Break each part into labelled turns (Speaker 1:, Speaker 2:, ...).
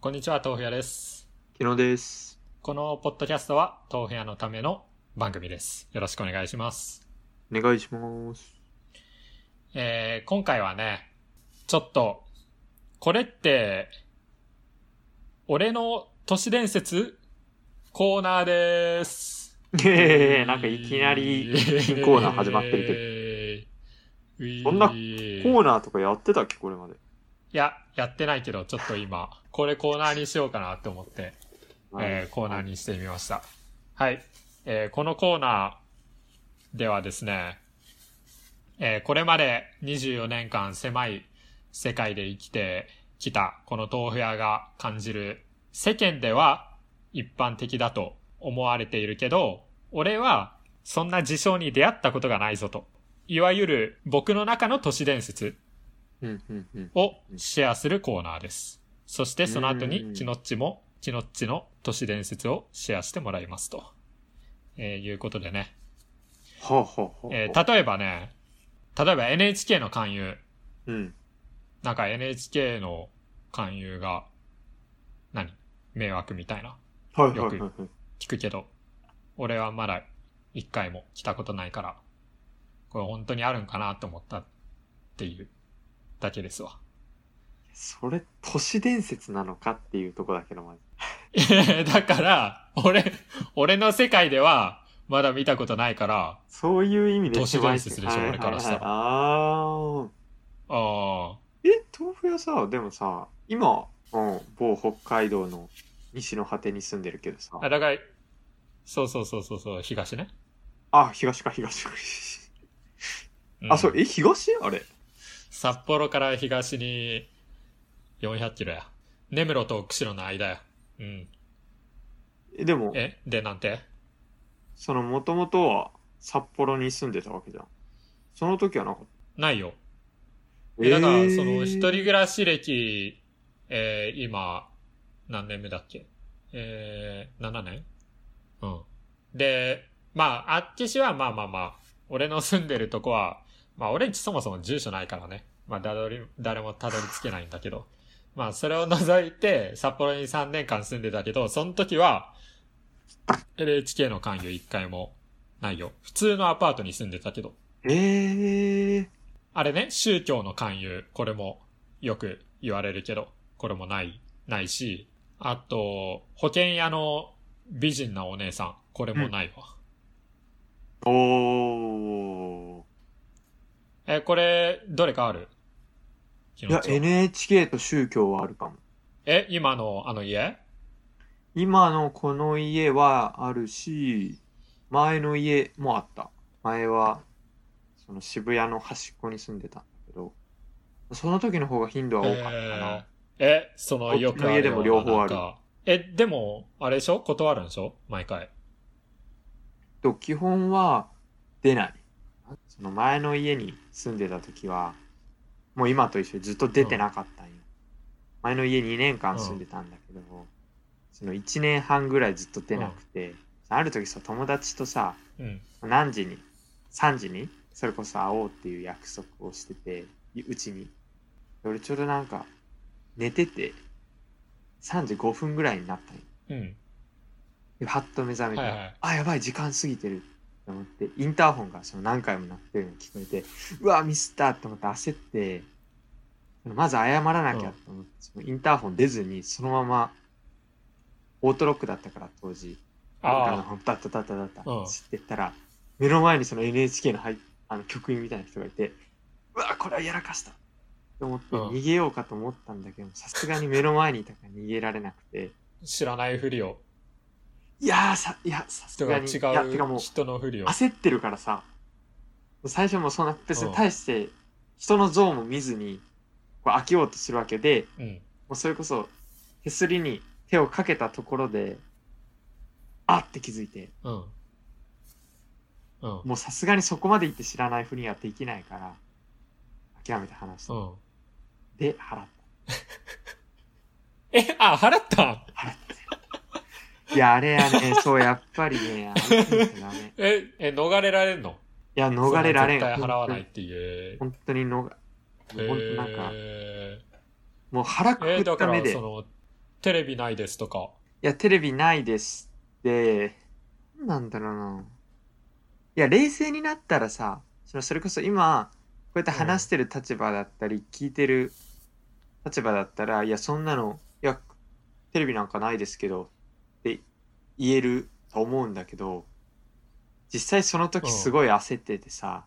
Speaker 1: こんにちは、豆腐屋です。
Speaker 2: 昨日です。
Speaker 1: このポッドキャストは豆腐屋のための番組です。よろしくお願いします。
Speaker 2: お願いします。
Speaker 1: えー、今回はね、ちょっと、これって、俺の都市伝説コーナーです。
Speaker 2: ええなんかいきなり新コーナー始まってる
Speaker 1: るけ
Speaker 2: そんなココーナーとかやってたっけこれまで。
Speaker 1: いや、やってないけど、ちょっと今、これコーナーにしようかなって思って、えーコーナーにしてみました。はい。えーこのコーナーではですね、えーこれまで24年間狭い世界で生きてきたこの豆腐屋が感じる世間では一般的だと思われているけど、俺はそんな事象に出会ったことがないぞと。いわゆる僕の中の都市伝説
Speaker 2: うんうんうん。
Speaker 1: をシェアするコーナーです。そしてその後に、
Speaker 2: うん
Speaker 1: キノッチも、キノッチの都市伝説をシェアしてもらいますと。えーいうことでね。
Speaker 2: はあ、はあはあ、
Speaker 1: えー例えばね、例えば NHK の勧誘。
Speaker 2: うん。
Speaker 1: なんか NHK の勧誘が、何迷惑みたいな。
Speaker 2: はいはいはい、はい。
Speaker 1: 聞くけど、俺はまだ一回も来たことないから、これ本当にあるんかなと思ったっていうだけですわ。
Speaker 2: それ、都市伝説なのかっていうとこだけど、まず。
Speaker 1: いや だから、俺、俺の世界では、まだ見たことないから、
Speaker 2: そういう意味で
Speaker 1: 都市伝説でしょ
Speaker 2: はいはい
Speaker 1: 俺からしたら
Speaker 2: はいああ。
Speaker 1: あ
Speaker 2: え、豆腐屋さ、でもさ、今、うん、某北海道の西の果てに住んでるけどさ
Speaker 1: ー。あ、だから、そうそうそうそう、そう東ね。
Speaker 2: あ、東か東か。
Speaker 1: うん
Speaker 2: あ、そう、え、東あれ。
Speaker 1: 札幌から東に400キロや。根室と釧路の間や。うん。
Speaker 2: え、でも、
Speaker 1: え、で、なんて
Speaker 2: そのもともとは札幌に住んでたわけじゃん。その時はなかっ
Speaker 1: ないよ。
Speaker 2: た。
Speaker 1: えだから、
Speaker 2: え
Speaker 1: そ
Speaker 2: ー
Speaker 1: の、一人暮らし歴、えー、今、何年目だっけえー、7年うん。で、まあ、あっちしは、まあまあまあ、俺の住んでるとこは、まあ、俺んちそもそも住所ないからね。まあ、だどり、誰もたどり着けないんだけど。まあ、それを除いて、札幌に3年間住んでたけど、その時は、NHK の関与1回もないよ。普通のアパートに住んでたけど。
Speaker 2: えー、
Speaker 1: あれね、宗教の勧誘、これもよく言われるけど、これもない、ないし、あと、保険屋の美人なお姉さん、これもないわ。
Speaker 2: おー。
Speaker 1: え、これ、どれかある気
Speaker 2: いや、NHK と宗教はあるかも。
Speaker 1: え、今のあの家
Speaker 2: 今のこの家はあるし、前の家もあった。前は、その渋谷の端っこに住んでたんだけど、その時の方が頻度は多かった
Speaker 1: えー
Speaker 2: な。
Speaker 1: え、そのよくあるような
Speaker 2: こっちの家でも両方ある
Speaker 1: なんかえ、でも、あれでしょ断るんでしょ毎回。
Speaker 2: と、基本は出ない。その前の家に住んでた時は、もう今と一緒にずっと出てなかったんよ。前の家2年間住んでたんだけど、その1年半ぐらいずっと出なくて、ある時さ、友達とさ、
Speaker 1: うん。
Speaker 2: 何時に3時にそれこそ会おうっていう約束をしててうちに俺ちょうどなんか寝てて3時5分ぐらいになったの
Speaker 1: うん。
Speaker 2: でハッと目覚めて、
Speaker 1: はいはい
Speaker 2: あやばい時間過ぎてると思ってインターホンがその何回も鳴ってるの聞こえてうわミスったと思って焦ってまず謝らなきゃと思って、そのインターホン出ずにそのままオートロックだったから当時なん
Speaker 1: あ
Speaker 2: かダッタダッタダッタ
Speaker 1: うん
Speaker 2: 知ってったら、目の前にその NHK のはいあの局員みたいな人がいて、うわ、これはやらかしたと思って
Speaker 1: うん
Speaker 2: 逃げようかと思ったんだけど、さすがに目の前にいたから逃げられなくて、
Speaker 1: あ、知らないふりを。
Speaker 2: いやーさ、いや、さす
Speaker 1: 人
Speaker 2: が
Speaker 1: が
Speaker 2: に、いや、てか
Speaker 1: 違
Speaker 2: も
Speaker 1: う
Speaker 2: う
Speaker 1: 人のふりを。
Speaker 2: 焦ってるからさ、最初もうそんな別
Speaker 1: うん
Speaker 2: に対して人の像も見ずに、こう開けようとするわけで、
Speaker 1: うん。
Speaker 2: もうそれこそ手すりに手をかけたところで、あって気づいて、
Speaker 1: うん。うん。
Speaker 2: もうさすがにそこまで行って知らないふりにはできないから、諦めて話した。
Speaker 1: うん。
Speaker 2: で、払っ
Speaker 1: え、あ、払った
Speaker 2: た。 いや、あれやね、そう、やっぱりね、あの人がね、
Speaker 1: え、え、逃れられんの
Speaker 2: いや、逃れられん。
Speaker 1: その絶対払わないっていう。
Speaker 2: 本当に本当に逃、もう本当なんか、
Speaker 1: え
Speaker 2: もう腹く
Speaker 1: ー、え
Speaker 2: く
Speaker 1: だ
Speaker 2: っ
Speaker 1: か
Speaker 2: た目
Speaker 1: ら、
Speaker 2: で
Speaker 1: そ、の、テレビないですとか。
Speaker 2: いや、テレビないですって、なんなんだろうな。いや、冷静になったらさ、そのそれこそ今、こうやって話してる立場だったり、聞いてる立場だったら、いや、そんなの、いや、テレビなんかないですけど、って言えると思うんだけど、実際その
Speaker 1: う
Speaker 2: 時
Speaker 1: ん
Speaker 2: すごい焦っててさ、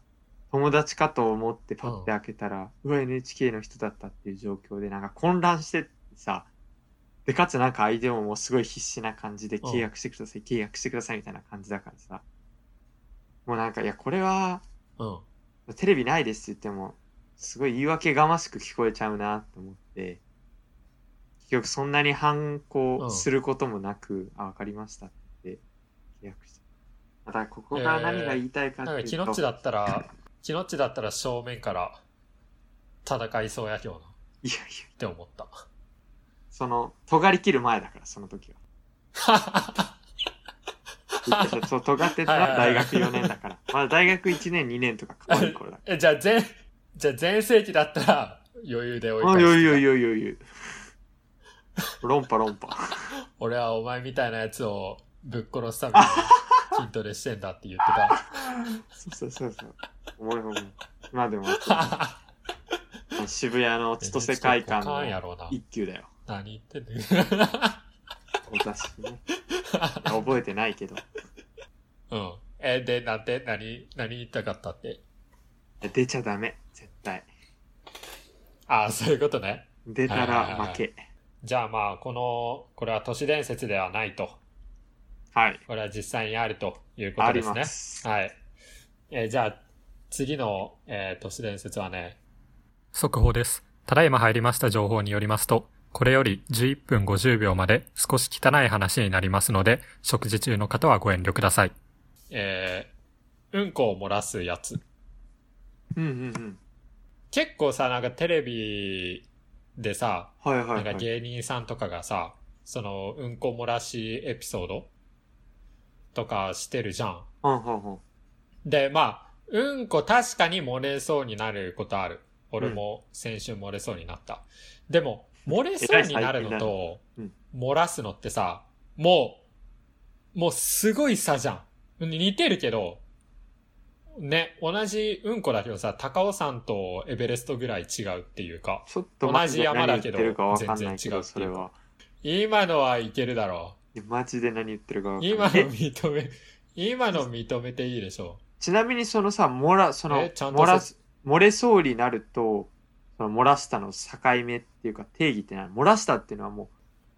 Speaker 2: 友達かと思ってパッて開けたら、うわ、NHK の人だったっていう状況で、なんか混乱してってさ、で、かつなんか相手ももうすごい必死な感じで
Speaker 1: うん
Speaker 2: 契約してください、契約してくださいみたいな感じだからさ。もうなんか、いや、これは
Speaker 1: うん。
Speaker 2: テレビないですって言っても、すごい言い訳がましく聞こえちゃうなと思って、結局そんなに反抗することもなく、あ、わかりましたって契約して。ただ、ここが何が言いたいかっ
Speaker 1: なんか、
Speaker 2: てい
Speaker 1: キ
Speaker 2: う
Speaker 1: ノッチ
Speaker 2: と、
Speaker 1: だったら、キノッチだったら正面から戦いそうやけどなっ
Speaker 2: いやいや、
Speaker 1: て思った。
Speaker 2: その、尖り切る前だから、その時は。 そう、尖ってたら大学4年だから。まだ大学1年、2年とかかわいい頃だか
Speaker 1: え、じゃあ全、じゃあ全盛期だったら余裕で追い
Speaker 2: ら。あ、
Speaker 1: 返
Speaker 2: 余
Speaker 1: す。
Speaker 2: 裕余裕余裕。論破論破。
Speaker 1: 俺はお前みたいなやつをぶっ殺すために筋トレしてんだって言ってた。
Speaker 2: そうそうそうそう。おもろいおもろい。まあでも、 渋谷の千歳 会館
Speaker 1: かんや
Speaker 2: の
Speaker 1: ろうな。
Speaker 2: 一級だよ。
Speaker 1: 何言ってんの
Speaker 2: 私ね。いや覚えてないけど。
Speaker 1: うん。え、で、なんて、何、何言いたかったって。
Speaker 2: 出ちゃダメ。絶対。
Speaker 1: ああ、 そういうことね。
Speaker 2: 出たら負け。
Speaker 1: じゃあまあ、この、これは都市伝説ではないと。
Speaker 2: はい。
Speaker 1: これは実際にあるというこ
Speaker 2: あ
Speaker 1: と
Speaker 2: り
Speaker 1: です
Speaker 2: ま
Speaker 1: ね。
Speaker 2: す。
Speaker 1: はい。えーじゃあ、次の、えー都市伝説はね、速報です。ただいま入りました情報によりますと、これより11分50秒まで少し汚い話になりますので、食事中の方はご遠慮ください。えーうんこを漏らすやつ。
Speaker 2: うんうんうん。
Speaker 1: 結構さ、なんかテレビでさ、
Speaker 2: はいは
Speaker 1: ないんか
Speaker 2: はい。
Speaker 1: 芸人さんとかがさ、そのうんこ漏らしエピソードとかしてるじゃん。
Speaker 2: ほんほんほん。
Speaker 1: で、まあ、うんこ確かに漏れそうになることある。俺も先週漏れそうになった。でも、漏れそうになるのと
Speaker 2: えらい最近、
Speaker 1: 漏らすのってさ、もう、もうすごい差じゃん。似てるけど、ね、同じうんこだけどさ、高尾山とエベレストぐらい違うっていうか、
Speaker 2: ちょっとマジ
Speaker 1: 同じ
Speaker 2: で
Speaker 1: 山
Speaker 2: 何
Speaker 1: だ
Speaker 2: 言
Speaker 1: け
Speaker 2: っ
Speaker 1: ど
Speaker 2: てるかわかんないけ
Speaker 1: 全然違うっていう
Speaker 2: ど、
Speaker 1: か
Speaker 2: それは。
Speaker 1: 今のはいけるだろ
Speaker 2: いやマジで何言ってるかわ
Speaker 1: う。
Speaker 2: かん
Speaker 1: 今
Speaker 2: な
Speaker 1: の
Speaker 2: い。え
Speaker 1: 認め、今の認めていいでしょ
Speaker 2: ちなみにそのさ、漏ら、その、
Speaker 1: えちゃんと
Speaker 2: 漏らす、漏れそうになると、その漏らしたの境目っていうか定義ってな漏らしたっていうのはもう、
Speaker 1: う。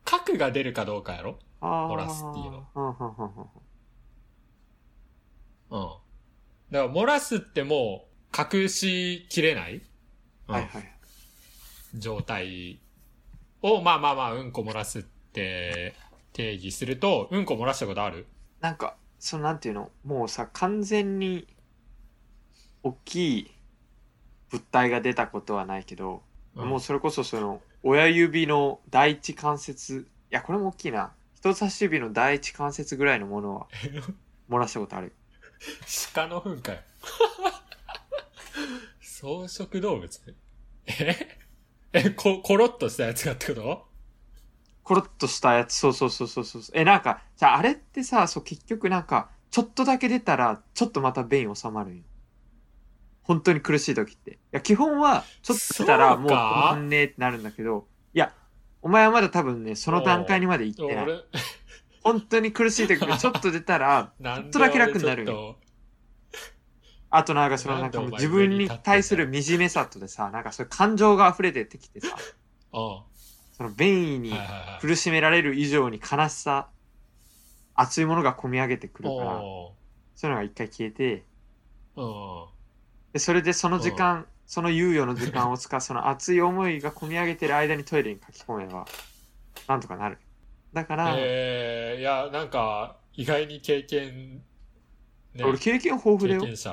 Speaker 1: 核が出るかどうかやろ
Speaker 2: あー
Speaker 1: 漏らすっていうの。
Speaker 2: うんうんうんうん
Speaker 1: うん。だから漏らすってもう隠しきれない、うん
Speaker 2: はいはい。
Speaker 1: 状態を、まあまあまあ、うんこ漏らすって定義すると、うんこ漏らしたことある
Speaker 2: なんか、そのなんていうの、もうさ、完全に、大きい物体が出たことはないけど、
Speaker 1: うん
Speaker 2: もうそれこそその、親指の第一関節、いや、これも大きいな。人差し指の第一関節ぐらいのものは、漏らしたことある。
Speaker 1: 鹿の糞 かよ。草食動物ええ、こ、コロッとしたやつがってこと
Speaker 2: コロッとしたやつ、そうそうそうそうそう。え、なんか、さ、あれってさ、そう、結局なんか、ちょっとだけ出たら、ちょっとまた便収まるんよ。本当に苦しい時って。いや、基本は、ちょっと出たら、
Speaker 1: そ
Speaker 2: も
Speaker 1: う
Speaker 2: う、
Speaker 1: か
Speaker 2: 止まんねえってなるんだけど、いや、お前はまだ多分ね、その段階にまで行ってない。
Speaker 1: 俺、、
Speaker 2: 本当に苦しい時がちょっと出たら
Speaker 1: なん
Speaker 2: ちょっとだけ楽になる
Speaker 1: で俺ちょっと
Speaker 2: あとなんかその、なんかもう自分に対する惨めさとでさ、なんかそういう感情が溢れてってきてさ、その便意
Speaker 1: うん。
Speaker 2: に
Speaker 1: はいはいはい。
Speaker 2: 苦しめられる以上に悲しさ、熱いものが込み上げてくるから、
Speaker 1: お
Speaker 2: そういうのが一回消えて、
Speaker 1: ーうん。
Speaker 2: でそれでその時間、その猶予の時間を 使う、その熱い思いが込み上げてる間にトイレに書き込めば、なんとかなる。だから、
Speaker 1: えー、いや、なんか、意外に経験、ね
Speaker 2: 俺経験豊富だ
Speaker 1: 経
Speaker 2: よ。
Speaker 1: 験者、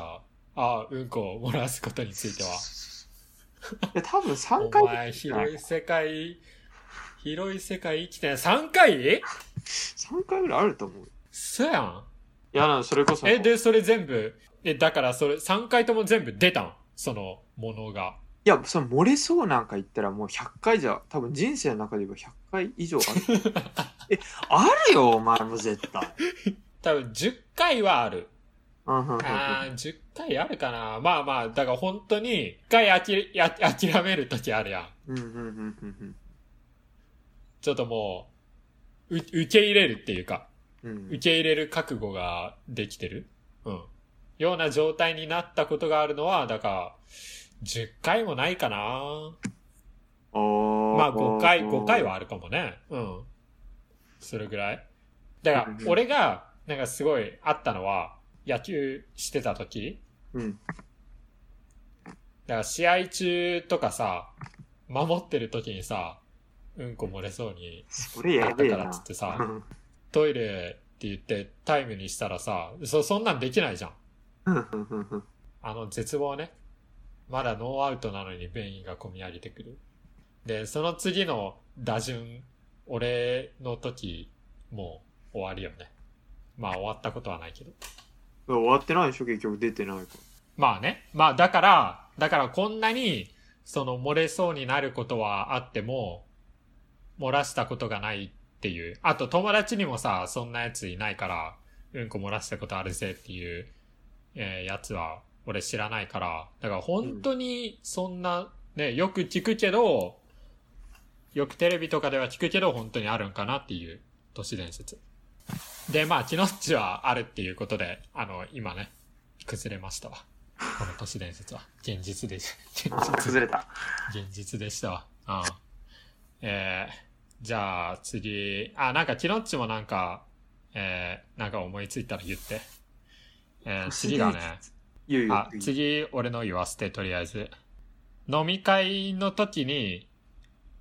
Speaker 1: ああ、うんこを漏らすことについては。
Speaker 2: いや、多分3
Speaker 1: お
Speaker 2: 回、
Speaker 1: 前、広い世界、広い世界生きてん。3回
Speaker 2: 三回ぐらいあると思う。い
Speaker 1: そやん。
Speaker 2: や、なんかそれこそ、
Speaker 1: え、で、それ全部、え、だからそれ、3回とも全部出たんその、ものが。
Speaker 2: いや、その漏れそうなんか言ったらもう100回じゃ、多分人生の中で言えば100回以上あ る。え、あるよ、お前も絶対。
Speaker 1: 多分10回はある。
Speaker 2: うんうんうんうん
Speaker 1: あー、10回あるかな。まあまあ、だから本当に、一回あきれや諦めるときあるやん。
Speaker 2: うんうんうんうん
Speaker 1: ちょっともう、う、受け入れるっていうか、
Speaker 2: うんうん
Speaker 1: 受け入れる覚悟ができてる。うん。ような状態になったことがあるのは、だから、10回もないかな。ま
Speaker 2: ま
Speaker 1: あ5回、5回はあるかもね。うん。それぐらい。だから、俺が、なんかすごいあったのは、野球してた時
Speaker 2: うん
Speaker 1: だから試合中とかさ、守ってる時にさ、うんこ漏れそうに
Speaker 2: それ
Speaker 1: な
Speaker 2: や
Speaker 1: った
Speaker 2: べえ
Speaker 1: からっ
Speaker 2: な
Speaker 1: つってさ
Speaker 2: う、ん
Speaker 1: トイレって言ってタイムにしたらさ、そ、そんなんできないじゃん。
Speaker 2: うんうんうんうん
Speaker 1: あの絶望ね。まだノーアウトなのに便意が込み上げてくる。で、その次の打順、俺の時、もう終わりよね。まあ終わったことはないけど。
Speaker 2: 終わってないでしょ結局出てないか
Speaker 1: まあね。まあだから、だからこんなに、その漏れそうになることはあっても、漏らしたことがないっていう。あと友達にもさ、そんなやついないから、うんこ漏らしたことあるぜっていう、えーやつは俺知らないから。だから本当にそんな、ね、よく聞くけど、よくテレビとかでは聞くけど本当にあるんかなっていう都市伝説。で、まあ、キノッチはあるっていうことで、あの、今ね、崩れましたわ。この都市伝説は。現実でし、現
Speaker 2: ら
Speaker 1: 実
Speaker 2: 崩れた
Speaker 1: 現実でしたわ。うん。えー、じゃあ次、あ、なんかキノッチもなんか、えー、なんか思いついたら言って。えー、次がね、
Speaker 2: いよいよ
Speaker 1: あ、次俺の言わせてとりあえず。飲み会の時に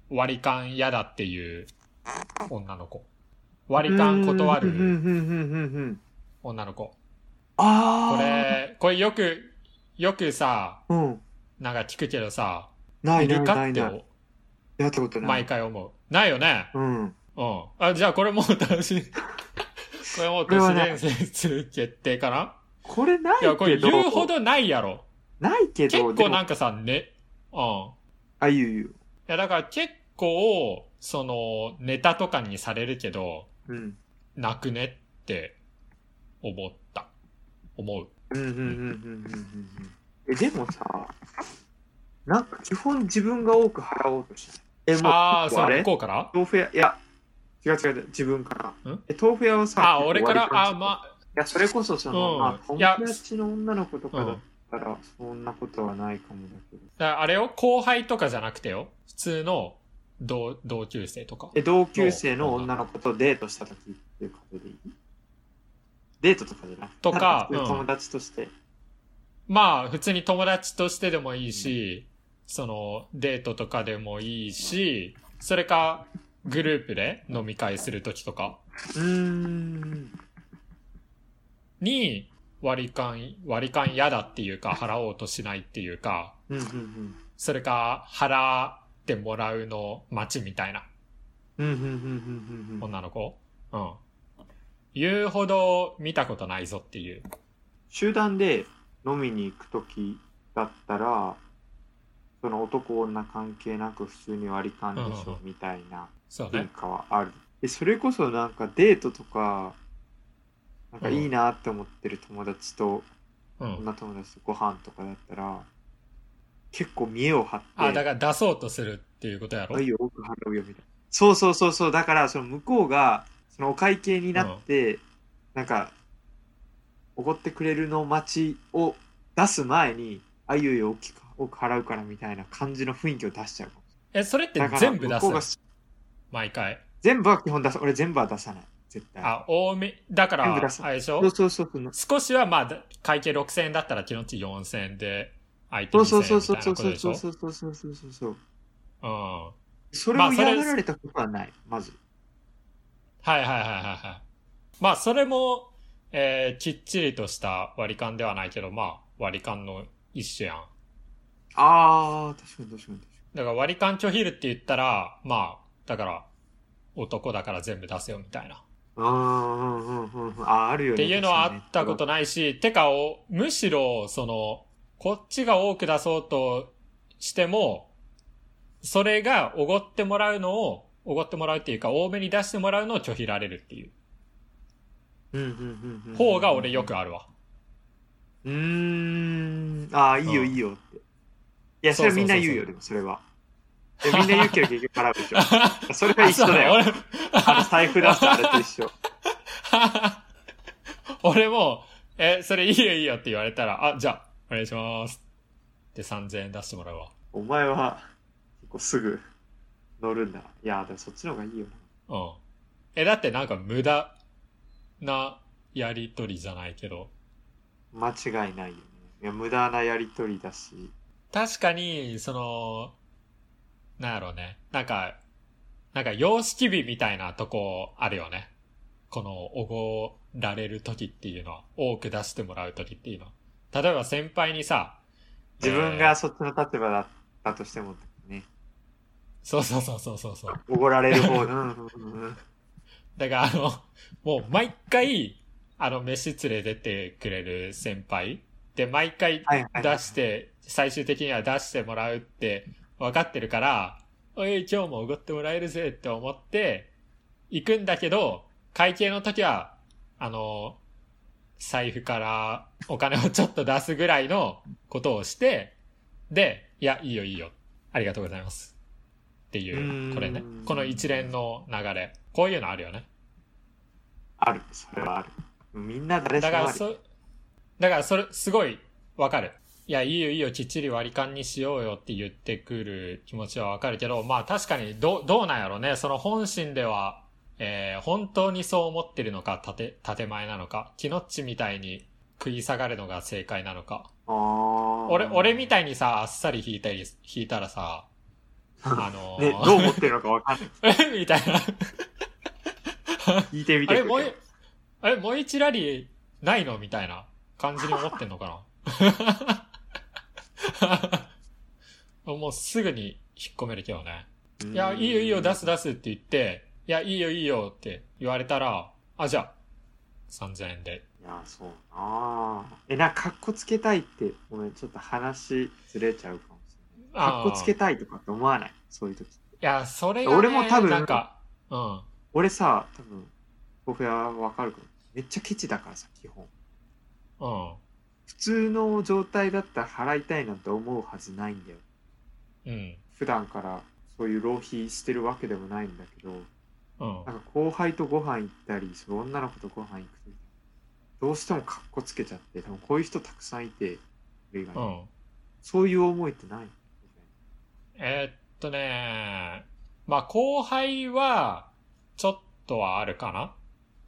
Speaker 1: 割り勘嫌だっていう女の子。割り勘断
Speaker 2: うんうん
Speaker 1: る
Speaker 2: うんうんうんうん
Speaker 1: 女の子。
Speaker 2: あ
Speaker 1: こ
Speaker 2: あ
Speaker 1: れ、これよく、よくさ、
Speaker 2: うん
Speaker 1: なんか聞くけどさ、
Speaker 2: ないいな
Speaker 1: る
Speaker 2: い
Speaker 1: か
Speaker 2: な
Speaker 1: っ
Speaker 2: い
Speaker 1: て
Speaker 2: ないやったことな
Speaker 1: 毎
Speaker 2: い
Speaker 1: 回思う。ないよね。
Speaker 2: うん
Speaker 1: うん。あ、じゃあこれもう楽 しい。これもう都市伝説決定かな、
Speaker 2: これない
Speaker 1: いや、これ
Speaker 2: けど
Speaker 1: 言うほどないやろ。
Speaker 2: ないけ
Speaker 1: 結
Speaker 2: どで
Speaker 1: 構
Speaker 2: も
Speaker 1: なんかさ、ね、うん。い
Speaker 2: あいういう
Speaker 1: や、だから結構、その、ネタとかにされるけど、
Speaker 2: うん
Speaker 1: なくねって思った。思う。
Speaker 2: うんうんうんうんうんうんうんえでもさなんか基本自分が多く払おうとしないえもう
Speaker 1: ああ、そ
Speaker 2: あ
Speaker 1: う、
Speaker 2: れ
Speaker 1: 向こうから
Speaker 2: 豆腐屋いや違う違う自分から
Speaker 1: ん
Speaker 2: え豆腐屋をさ
Speaker 1: あ、俺から、あ、まあ、
Speaker 2: いや、それこそその、
Speaker 1: うん
Speaker 2: まあ、友
Speaker 1: いや
Speaker 2: 達の女の子とか
Speaker 1: う
Speaker 2: だっ
Speaker 1: ん。
Speaker 2: たら、そんなことはないかもだけど。
Speaker 1: だからあれよ、後輩とかじゃなくてよ。普通の同同級生とか。
Speaker 2: え、同級生の女の子とデートした時っていうことでいいデートとかじゃなくて、
Speaker 1: とか
Speaker 2: ただ普通に
Speaker 1: うん
Speaker 2: 友達として。
Speaker 1: まあ、普通に友達としてでもいいし、その、デートとかでもいいし、それか、グループで飲み会するときとか
Speaker 2: うーん。
Speaker 1: に、割り勘、割り勘嫌だっていうか、払おうとしないっていうか、
Speaker 2: うんうんうん。
Speaker 1: それか、払ってもらうの待ちみたいな
Speaker 2: うんうんうんうんうんうん。
Speaker 1: 女の子。うん。言うほど見たことないぞっていう。
Speaker 2: 集団で飲みに行く時だったら、その男女関係なく普通に割り勘でし
Speaker 1: うん
Speaker 2: ょ
Speaker 1: う、
Speaker 2: みたいな。
Speaker 1: そう
Speaker 2: 文
Speaker 1: ね。
Speaker 2: 化はある。え、それこそなんかデートとか、なんかいいなって思ってる友達と、
Speaker 1: うん。
Speaker 2: 女友達とご飯とかだったら、結構見栄を張って、
Speaker 1: あ、だから出そうとするっていうことやろ
Speaker 2: 愛を多く払うよみたいな。そうそうそうそう、だからその向こうが、そのお会計になって、なんか、おごってくれるの待ちを出す前に、あゆいを大きく、多く払うからみたいな感じの雰囲気を出しちゃうかもし
Speaker 1: え、それって
Speaker 2: れない。だから
Speaker 1: 全部
Speaker 2: 向
Speaker 1: 出
Speaker 2: こうが
Speaker 1: す毎回。
Speaker 2: 全部は基本出さ、俺全部は出さない。絶対。
Speaker 1: あ、多め、だから、
Speaker 2: 全
Speaker 1: あ
Speaker 2: 部出す
Speaker 1: れでしょ
Speaker 2: そうそうそうそう。
Speaker 1: 少しはまあ、だ会計6000円だったら、気のうち4000円で、相手
Speaker 2: そう
Speaker 1: に
Speaker 2: そう
Speaker 1: 0
Speaker 2: そう
Speaker 1: 円み
Speaker 2: そ
Speaker 1: た
Speaker 2: う
Speaker 1: い
Speaker 2: そ
Speaker 1: な
Speaker 2: う
Speaker 1: こ
Speaker 2: そ
Speaker 1: と
Speaker 2: う
Speaker 1: でしょう
Speaker 2: そうそうそうそうそうそう。
Speaker 1: ん。はい
Speaker 2: それ
Speaker 1: ま
Speaker 2: を
Speaker 1: あそれ
Speaker 2: 嫌がられたことはない、まず。
Speaker 1: はいはいはいはい。まあ、それも、えー、きっちりとした割り勘ではないけど、まあ、割り勘の一種やん。
Speaker 2: ああ、確かに確かに確か
Speaker 1: だから割り勘拒否るって言ったら、まあ、だから、男だから全部出せよみたいな。
Speaker 2: に。うんうんうんうん。あー、あるよね。
Speaker 1: っていうのはあったこと
Speaker 2: な
Speaker 1: ないし、てかお、むしろ、その、こっちが多く出そうとしても、それがおごってもらうのを、おごってもらうっていうか、多めに出してもらうのを拒否られるっていう
Speaker 2: うんうんうんうん
Speaker 1: 方が俺よくあるわ。
Speaker 2: うーんああいいよ
Speaker 1: うん
Speaker 2: いいよって、いやそれはみんな言うよでもそれはいやみんな言うけど結局払うで し ょそれが一緒だよ
Speaker 1: あそう
Speaker 2: あの財布出すとあれと一緒
Speaker 1: 俺 俺も、え、それいいよいいよって言われたら、あ、じゃあ、お願いします。で3000円出してもらうわ。
Speaker 2: お前は結構すぐ乗るんだいやでもそっちの方がいいよな
Speaker 1: うん。え、だってなんか無駄なやりとりじゃないけど。
Speaker 2: 間違いないよね。いや、無駄なやりとりだし。
Speaker 1: 確かに、その、なんやろうね。なんか、なんか様式美みたいなとこあるよね。この、おごられる時っていうのは、多く出してもらう時っていうのは。例えば先輩にさ、
Speaker 2: 自分
Speaker 1: え
Speaker 2: が
Speaker 1: ー
Speaker 2: そっちの立場だったとしてもね、
Speaker 1: そうそうそうそうそうそう。
Speaker 2: おごられる方、うんうんうん
Speaker 1: だからあの、もう毎回、あの、飯連れ出てくれる先輩で、毎回
Speaker 2: はいはい
Speaker 1: 出して、最終的には出してもらうって分かってるから、おい、今日もおごってもらえるぜって思って、行くんだけど、会計の時は、あの、財布からお金をちょっと出すぐらいのことをして、で、いや、いいよいいよ。ありがとうございます。って
Speaker 2: う
Speaker 1: い
Speaker 2: ー
Speaker 1: う、
Speaker 2: ん
Speaker 1: これね。この一連の流れ。こういうのあるよね。
Speaker 2: ある、それはある。みんな誰し
Speaker 1: だ
Speaker 2: も
Speaker 1: か
Speaker 2: あ
Speaker 1: ら
Speaker 2: る。
Speaker 1: そ、だからそれ、すごいわかる。いや、いいよいいよ、きっちり割り勘にしようよって言ってくる気持ちはわかるけど、まあ確かにどう、どうなんやろうね。その本心では、えー本当にそう思ってるのか、建て、建前なのか、キノッチみたいに食い下がるのが正解なのか。俺、俺み
Speaker 2: い
Speaker 1: たいにさ、あっさり引いたり、引いたらさ、あのー
Speaker 2: ね、どう思ってるのかわかんない。
Speaker 1: えみたいな。
Speaker 2: 聞いてみ
Speaker 1: あ
Speaker 2: て
Speaker 1: れ、
Speaker 2: く
Speaker 1: もう
Speaker 2: れ
Speaker 1: い。、あれ、もう一ラリーないのみたいな感じに思ってんのかな もうすぐに引っ込めるけどね。いや、いいよいいよ、出す
Speaker 2: だ。
Speaker 1: 出すって言って、いや、いいよいいよって言われたら、あ、じゃあ、3000円で。
Speaker 2: いや、そうなあえ、なんか、かっこつけたいって、ごめん、ちょっと話ずれちゃうかもしれない。か
Speaker 1: あ
Speaker 2: っ
Speaker 1: ー
Speaker 2: こつけたいとかって思わないそういう時。
Speaker 1: いや、それが、ね、
Speaker 2: 俺も多分
Speaker 1: なんか、うん。
Speaker 2: 俺さ、多分、僕はわかるかも。めっちゃケチだからさ、基本。
Speaker 1: うん。
Speaker 2: 普通の状態だったら払いたいなんて思うはずないんだよ
Speaker 1: うん。
Speaker 2: 普段からそういう浪費してるわけでもないんだけど
Speaker 1: うん。
Speaker 2: なんか後輩とご飯行ったりその女の子とご飯行くとどうしてもかっこつけちゃって多分こういう人たくさんいて俺以外
Speaker 1: う
Speaker 2: に
Speaker 1: ん。
Speaker 2: そういう思いってない
Speaker 1: えーっとね、まあ後輩はちょっとはあるかなっ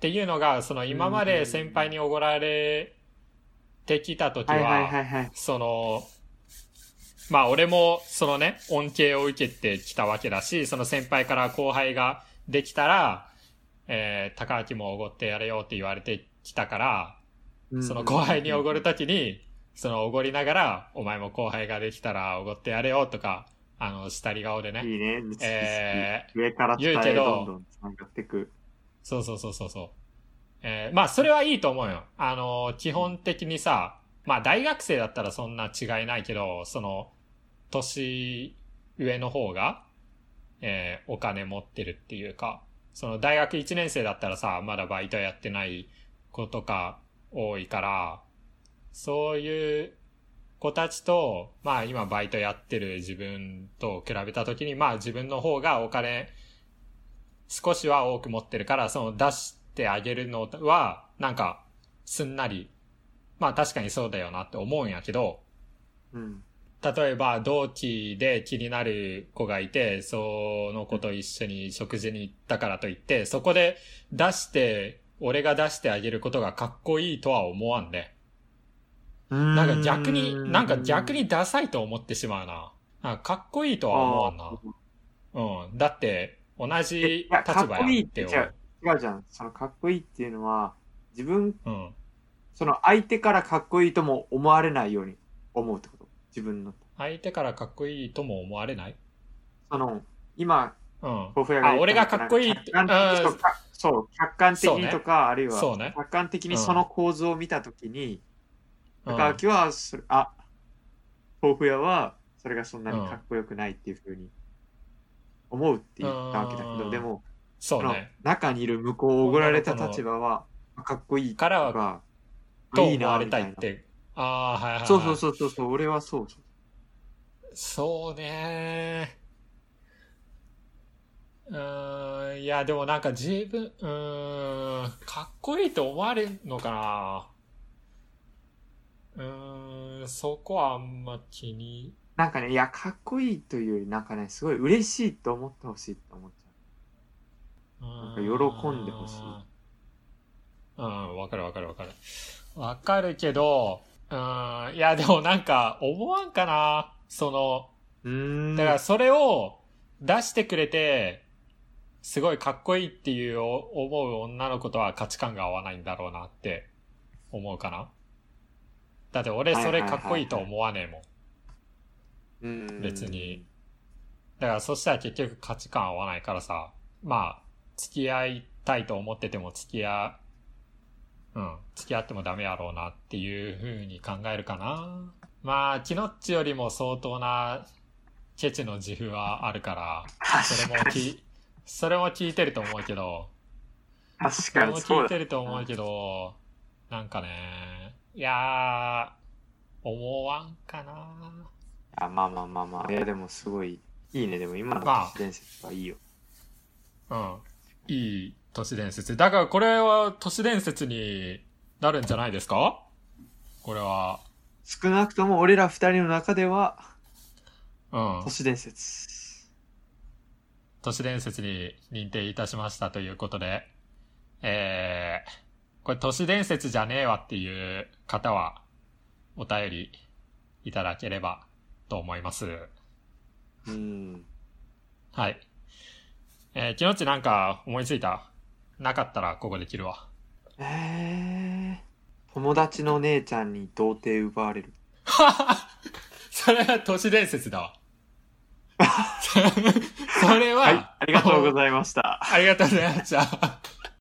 Speaker 1: ていうのが、その今まで先輩におごられてきた時
Speaker 2: はいはい
Speaker 1: は、
Speaker 2: はいはい
Speaker 1: その、まあ俺もそのね、恩恵を受けてきたわけだし、その先輩から後輩ができたら、えー高明もおごってやれよって言われてきたから、その後輩におごるときに、そのおごりながら、お前も後輩ができたらおごってやれよとか、あの、下り顔で
Speaker 2: い
Speaker 1: ね。
Speaker 2: いね好き好き
Speaker 1: え
Speaker 2: 上から伝
Speaker 1: 言う
Speaker 2: え
Speaker 1: けど
Speaker 2: どんどんつながってく
Speaker 1: そうそうそうそうそう。えーまあ、それはいいと思うよ。あの、基本的にさ、まあ、大学生だったらそんな違いないけど、その、年上の方が、えーお金持ってるっていうか、その大学1年生だったらさ、まだバイトやってない子とか多いから、そういう子たちと、まあ今バイトやってる自分と比べたときに、まあ自分の方がお金少しは多く持ってるから、その出してあげるのは、なんか、すんなり、まあ確かにそうだよなって思うんやけど、
Speaker 2: うん
Speaker 1: 例えば同期で気になる子がいて、その子と一緒に食事に行ったからといって、そこで出して、俺が出してあげることがかっこいいとは思わんで、な
Speaker 2: なん
Speaker 1: か逆に、なんか逆にダサいと思ってしまうな。なんかかっこいいと
Speaker 2: あ
Speaker 1: は思わ
Speaker 2: あ
Speaker 1: んな。うん。だって、同じ
Speaker 2: いや
Speaker 1: 立場
Speaker 2: かっ
Speaker 1: や
Speaker 2: こいい
Speaker 1: ん
Speaker 2: っ
Speaker 1: って
Speaker 2: て違
Speaker 1: 思う
Speaker 2: う。違うじゃんそのかっこいいっていうのは自分
Speaker 1: うん。
Speaker 2: その相手からかっこいいとも思われないように思うってこと自分の
Speaker 1: 相手からかっこいいとも思われない
Speaker 2: その今
Speaker 1: うん。
Speaker 2: 豆腐屋が
Speaker 1: あ、俺がかっこいいって
Speaker 2: 客。観的
Speaker 1: う
Speaker 2: と
Speaker 1: ん
Speaker 2: かそう客観的
Speaker 1: そうね
Speaker 2: にとか、あるい
Speaker 1: そう
Speaker 2: は、
Speaker 1: ね
Speaker 2: 客観的
Speaker 1: うん
Speaker 2: にその構図を見たとき
Speaker 1: う
Speaker 2: に、
Speaker 1: ん
Speaker 2: 高明はそれあ豆腐屋はそれがそんなにかっこよくないっていうふうに思うって言ったわけだけ
Speaker 1: うん
Speaker 2: ど、でも、
Speaker 1: そう
Speaker 2: その
Speaker 1: ね。
Speaker 2: 中にいる向こうをおごられた立場は、かっこいいと
Speaker 1: からは、
Speaker 2: か、
Speaker 1: と
Speaker 2: いい
Speaker 1: 思わ
Speaker 2: な
Speaker 1: れ
Speaker 2: み
Speaker 1: た
Speaker 2: た
Speaker 1: い
Speaker 2: い
Speaker 1: っ
Speaker 2: な。
Speaker 1: て。ああ、はいはい、はい。
Speaker 2: そうそうそうそうそう、俺はそう。
Speaker 1: そうねうーん、いや、でもなんか自分、うーん、かっこいいと思われるのかなうーん、そこはあんま気に。
Speaker 2: なんかね、いや、かっこいいというより、なんかね、すごい嬉しいと思ってほしいと思っちゃ
Speaker 1: なん
Speaker 2: か喜んでほしい
Speaker 1: うん、わかるわかるわかる。わかるけど、うん、いや、でもなんか思わんかなその、
Speaker 2: う。うーん。
Speaker 1: だからそれを出してくれて、すごいかっこいいっていう思う女の子とは価値観が合わないんだろうなって思うかな。だって俺それかっこいいと思わねえもん。
Speaker 2: うん
Speaker 1: 別に。だからそしたら結局価値観合わないからさ、まあ、付き合いたいと思ってても付き合、うん、付き合ってもダメやろうなっていう風に考えるかな。まあ、キノッチよりも相当なケチの自負はあるから、それもき、それも聞いてると思うけど、
Speaker 2: 確
Speaker 1: それ
Speaker 2: か
Speaker 1: も
Speaker 2: にそ
Speaker 1: 聞いう
Speaker 2: だ
Speaker 1: て。ると思うけど、なんかね、いやー、思わんかな。
Speaker 2: あまあまあまあまあ。いや、でもすごい、いいね。でも今の
Speaker 1: まあ
Speaker 2: 伝説はいいよ。
Speaker 1: うん。いい都市伝説。だからこれは都市伝説になるんじゃないですかこれは。
Speaker 2: 少なくとも俺ら二人の中では、
Speaker 1: うん
Speaker 2: 都。市伝説。
Speaker 1: 都市伝説に認定いたしましたということで。えー、これ都市伝説じゃねえわっていう方は、お便りいただければと思います。
Speaker 2: うん。
Speaker 1: はい。えー、気持ちなんか思いついたなかったらここで切るわ。
Speaker 2: えー、友達の姉ちゃんに童貞奪われる。
Speaker 1: それは都市伝説 だわ。それは、
Speaker 2: はい、ありがとうご
Speaker 1: います。
Speaker 2: ざいました。
Speaker 1: ありがとうございました。